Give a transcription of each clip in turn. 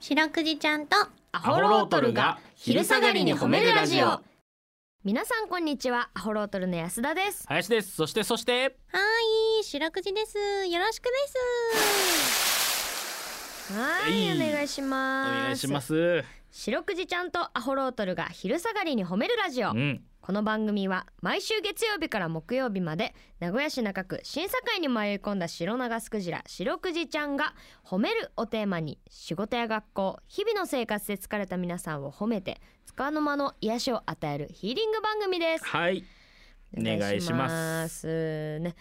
白くじちゃんとアホロートルが昼下がりに褒めるラジオ皆さんこんにちはアホロートルの安田です林ですそしてそしてはーい白くじですよろしくですはい、はいお願いしおます願いします白くじちゃんとアホロートルが昼下がりに褒めるラジオうんこの番組は毎週月曜日から木曜日まで名古屋市中区審査会に迷い込んだ白長スクジラ白くじちゃんが「褒める」をテーマに仕事や学校日々の生活で疲れた皆さんを褒めて束の間の癒しを与えるヒーリング番組です。はいお願いしますすね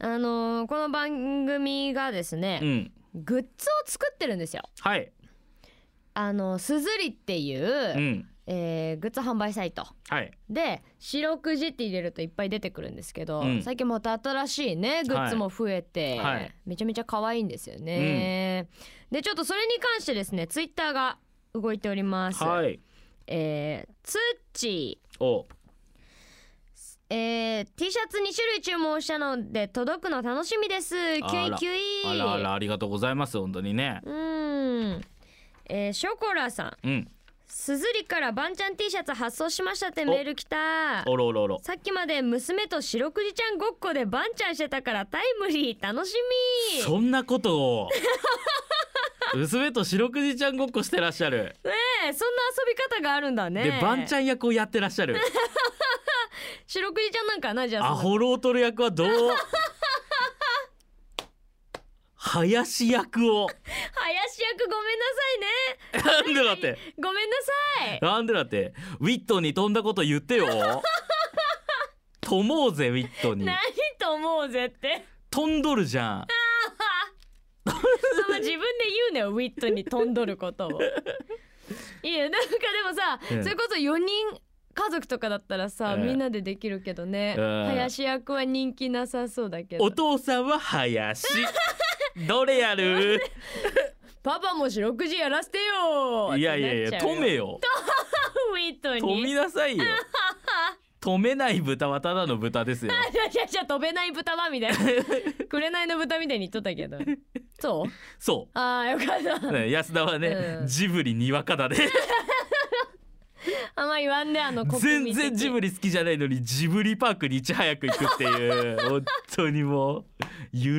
あのーこの番組がですうね、んグッズを作ってるんですよ。はいあのすずりっていう、うんえーグッズ販売サイトはいで「白くじ」って入れるといっぱい出てくるんですけど、うん最近また新しいねグッズも増えて、はいはいめちゃめちゃ可愛いんですよね。でちょっとそれに関してですねツイッターが動いております。はいえー、ツッチーおえー、T シャツ2種類注文したので届くの楽しみですらキュイキュイあらあらありがとうございます本当にねうん、えー、ショコラさんうんすずりからバンちゃん T シャツ発送しましたってメール来たおろおろおろさっきまで娘と白くじちゃんごっこでバンちゃんしてたからタイムリー楽しみそんなこと を娘と白くじちゃんごっこしてらっしゃる、ねえそんな遊び方があるんだねでバンちゃんん役をやってらっし ゃる白くじちゃんなんかなじゃあアそのホロートル役は どう林役を林役ごめんななんでだってさいねごめんなさいなんでだってウィットに飛んだこと言っ てよ飛もうぜウィットに何と思うぜって飛んどるじゃんその自分で言うねよウィットに飛んどることをいやなんかでもさ、うんそれこそ4人家族とかだったらさ、うんみんなでできるけどね、うん林役は人気なさそうだけどお父さんは林どれや るパパも四六時やらせてよいやいやいってなやっちゃう止めよウィットに飛びなさいよ止めない豚はただの豚です よいやいやいや飛べない豚はみたいな 紅の豚みたいに言っとったけどそうそああよかった、う、ね、安田はね、うんジブリにわか だねあんま言わんであの国民的全然ジブリ好きじゃないのにジブリパークにいち早く行くっていう本当にもう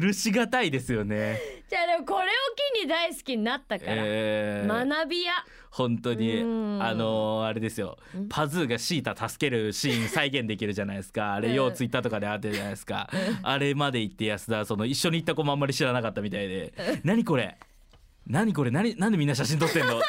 許しがたいですよね、じゃあでもこれを機に大好きになったから、えー学び屋本当にうんあのーあれですよんパズーがシータ助けるシーン再現できるじゃないで すかあうれんようツイッターとかであってるじゃないですかあれまで行って安田はその一緒に行った子もあんまり知らなかったみたいで「何これ何これ何なんでみんな写真撮っ てんの?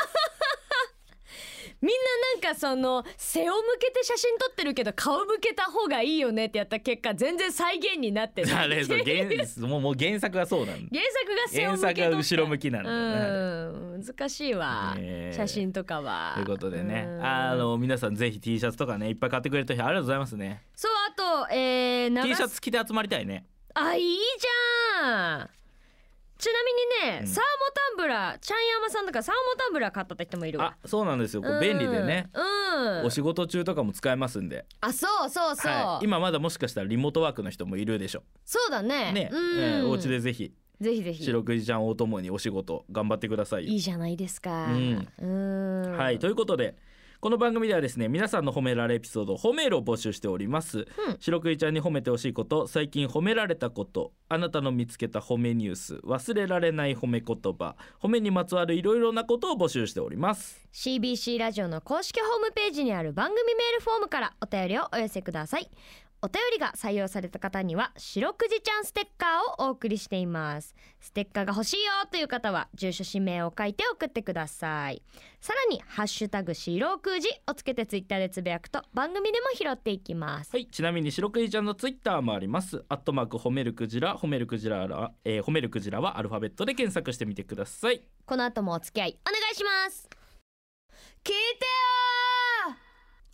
みんななんかその背を向けて写真撮ってるけど顔向けた方がいいよねってやった結果全然再現になって」ないあれそう原原もうもう原作はそうなんだ作が背を原向けとった作は後ろ向きなのね。うん難しいわ、ねえ写真とかはということでねうんあの皆さんぜひ T シャツとかねいっぱい買ってくれた人ありがとうございますねそうあとえー、長 T すシャツ着て集まりたいねあいいじゃんちなみにね、うんサーモタンブラーちゃんやまさんとかサーモタンブラー買ったって人もいるわあそうなんですよこれ便利でねうん、うんお仕事中とかも使えますんであそうそうそう、はい、今まだもしかしたらリモートワークの人もいるでしょそうだねね、うえんーお家でぜひぜひぜひ白くじちゃんをお供にお仕事頑張ってくださいいいじゃないですか。うんうんはい、ということでこの番組ではですね皆さんの褒められエピソード褒めるを募集しておりまうす、ん白くじちゃんに褒めてほしいこと最近褒められたことあなたの見つけた褒めニュース忘れられない褒め言葉褒めにまつわるいろいろなことを募集しております CBC ラジオの公式ホームページにある番組メールフォームからお便りをお寄せください。お便りが採用された方には白くじちゃんステッカーをお送りしています。ステッカーが欲しいよという方は住所氏名を書いて送ってください。さらにハッシュタグ白くじをつけてツイッターでつぶやくと番組でも拾っていきます。はいちなみに白くじちゃんのツイッターもありますアットマーク褒めるクジラ褒めるクジラら、えー褒めるクジラはアルファベットで検索してみてくださいこの後もお付き合いお願いします。聞いてよー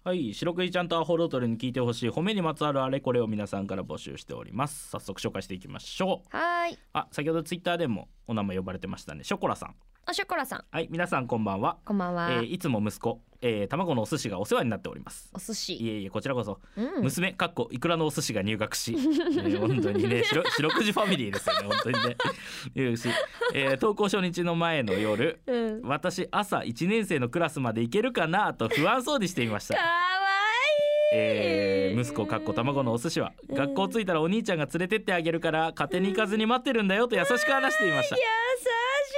はい白クイちゃんとアホロートルに聞いてほしい褒めにまつわるあれこれを皆さんから募集しております早速紹介していきましょうはーい。あ先ほどツイッターでもお名前呼ばれてましたねショコラさんおしょこらさんはい皆さんこんばんは、こんばんえは、ーいつも息子、えー、卵のお寿司がお世話になっておりますお寿司いえいえこちらこそ、うん娘かっこいくらのお寿司が入 学し、えー本当にね白白くじファミリーですよね本当にねいうし、えー、登校初日の前の夜うん私朝1年生のクラスまで行けるかなと不安そうにしていましかわた、いい、えー息子かっこ卵のお寿司はうん学校着いたらお兄ちゃんが連れてってあげるから勝手に行かずに待ってるんだよと優しく話していました優しい、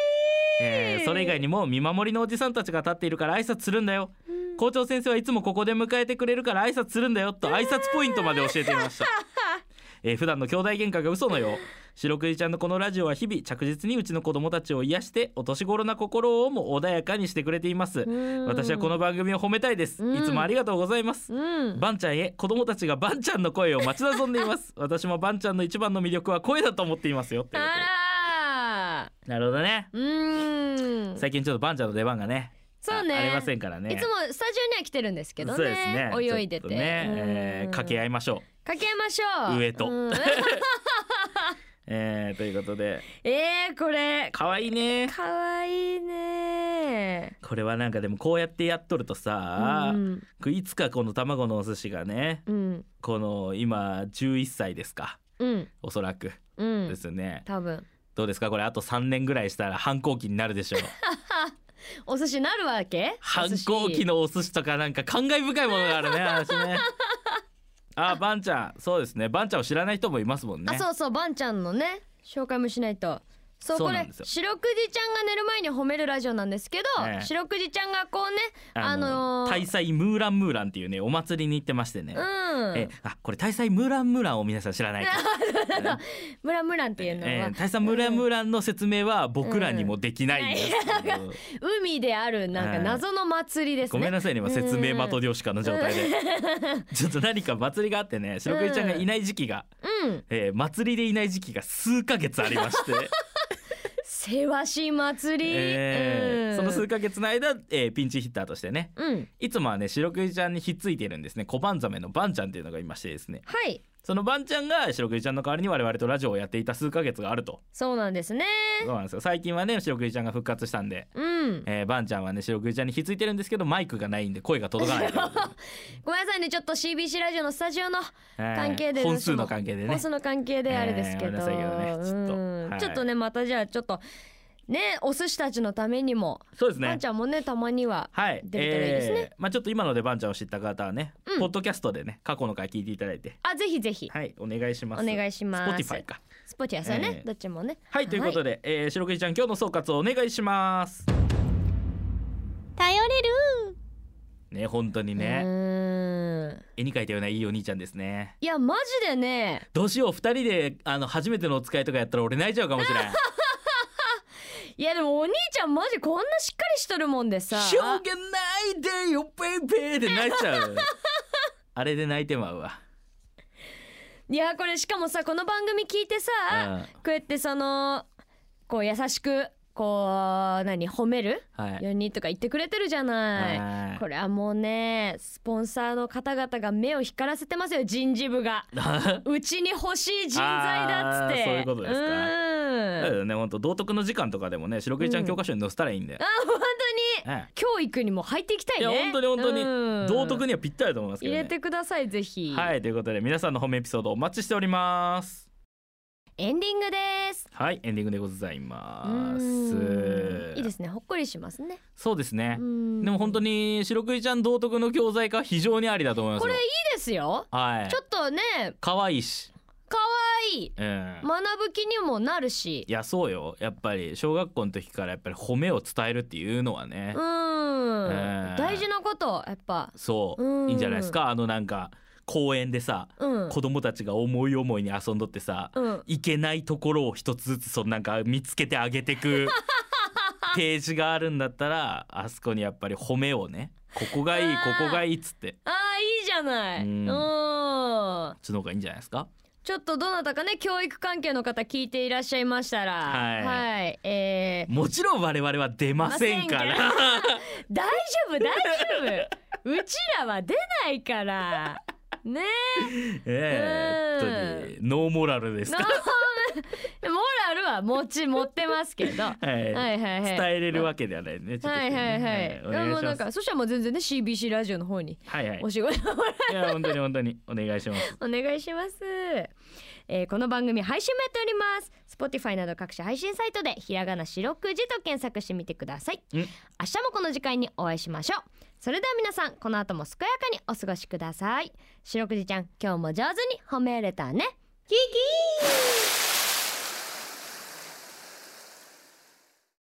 えーそれ以外にも見守りのおじさんたちが立っているから挨拶するんだよ校長先生はいつもここで迎えてくれるから挨拶するんだよと挨拶ポイントまで教えていました、えー普段の兄弟喧嘩が嘘のよう白くじちゃんのこのラジオは日々着実にうちの子供たちを癒してお年頃な心をも穏やかにしてくれていますうん私はこの番組を褒めたいですうんいつもありがとうございますうんバンちゃんへ子供たちがバンちゃんの声を待ち望んでい ます私もバンちゃんの一番の魅力は声だと思っていますよっていうこあらとなるほどねうん最近ちょっとバンちゃんの出番がねそうねあありませんからねいつもスタジオには来てるんですけどそうですねね泳いでちょて、っとね、えーうん掛け合いましょうかけましょう上と うんえー、ということでえー、これ可愛いねかわいいねこれはなんかでもこうやってやっとるとさう、んいつかこの卵のお寿司がねうんこの今11歳ですかうんおそらくうんですよね、多分どうですかこれあと3年ぐらいしたら反抗期になるでしょうお寿司なるわけ反抗期ののお寿司とかなんか感慨深いものがある ね話ねあバンちゃんそうですねバンちゃんを知らない人もいますもんねあそうそうバンちゃんのね紹介もしないとそうそうこなんれですよ白くじちゃんが寝る前に褒めるラジオなんですけど、ええ白くじちゃんがこうねあのー大祭ムーランムーランっていうねお祭りに行ってましてね、うんえあこれ大祭ムーランムーランを皆さん知らないとムラムランっていうのは、えー、大佐ムラムランの説明は僕らにもできないんですけど、海であるなんか謎の祭りですごね、めんなさいね今説明マトデョシカの状態で、 ちょっと何か祭りがあってね白クリちゃんがいない時期が、うんえー祭りでいない時期が数ヶ月ありまして、せわしい祭り、えーうんその数ヶ月の間、えーピンチヒッターとしてねうんいつもはね白クリちゃんにひっついてるんですね小判ザメのバンちゃんっていうのがいましてですねはいそのバンちゃんが白クリちゃんの代わりに我々とラジオをやっていた数ヶ月があるとそうなんですねそうなんですよ最近はね白クリちゃんが復活したんでうんえー、バンちゃんはね白くじちゃんにひっついてるんですけどマイクがないんで声が届かない ということでごめんなさいねちょっと CBC ラジオのスタジオのえー関係でどう本して数もの関係でね放送の関係であれですけど、えーごめんなさいけどねちょっとうんはいちょっとねまたじゃあちょっとねお寿司たちのためにも、そうですワねンちゃんもねたまにははい出れたらいいですねえーまあちょっと今のでバンちゃんを知った方はね、うんポッドキャストでね過去の回聞いていただいてあぜひぜひはいお願いしますお願いします Spotify かスポティアさんね、えーどっちもねはいということで、えー、白くじちゃん今日の総括をお願いします頼れるね本当にうねーん絵に描いたようないいお兄ちゃんですねいやマジでねどうしよう二人であの初めてのお使いとかやったら俺泣いちゃうかもし れないいやでもお兄ちゃんマジこんなしっかりしとるもんでさしょうがないでよベイベーで泣いちゃう あれで泣いてまうわいやこれしかもさこの番組聞いてさ、うんこうやってそのこう優しくこう何褒めるはい。 4人とか言ってくれてるじゃない。はいこれはもうねスポンサーの方々が目を光らせてますよ人事部が うちに欲しい人材だっつってあーそういうことですかだうんよね、本当道徳の時間とかでもね、白クリちゃうんん教科書に載せたらいいんで。あ本当にええ教育にも入っていきたいいねや、本当に本当に、うん道徳にはぴったりだと思いますけ入ど、ね。れてくださいぜひ、はい、ということで、皆さんの褒めエピソードお待ちしております。エンディングですはい、エンディングでございまうんす。いいですねほっこりしますねそうですでね。でも本当にいに白クリちゃん道徳の教材化は非常にありだと思いますよ。これいですよはいちょ。っとね可愛いし。可愛いうん。学ぶ気にもなるしいやそうよやっぱり小学校の時からやっぱり褒めを伝えるっていうのはね、うん、え大事なことやっぱそう、うんいいんじゃないですかあのなんか公園でさ、うん子供たちが思い思いに遊んどってさ、うんいけないところを一つずつそのなんか見つけてあげ てくページがあるんだったらあそこにやっぱり褒めをねここがいいあこーこがいいっつってあーいいじゃないうんうんその方がいいんじゃないですかちょっとどなたかね教育関係の方聞いていらっしゃいましたらはいはいえーもちろん我々は出ませんから大丈夫大丈 夫うちらは出ないからねええ うん本当にノーモラルですノーかモモラルは持ち持ってますけど。ははいいはいはい。伝えれるわけではないね。ちょっとはいはいはい。お願いもうしなまんす。かそしたらもう全然ね CBC ラジオの方にはいはいお。仕事をいや本当に本当にお願いします。お願いします、えーこの番組配信もやっております Spotify など各種配信サイトでひらがな四六時と検索してみてくださいん明日もこの時間にお会いしましょうそれでは皆さんこの後も健やかにお過ごしください四六時ちゃん今日も上手に褒めれたねキキー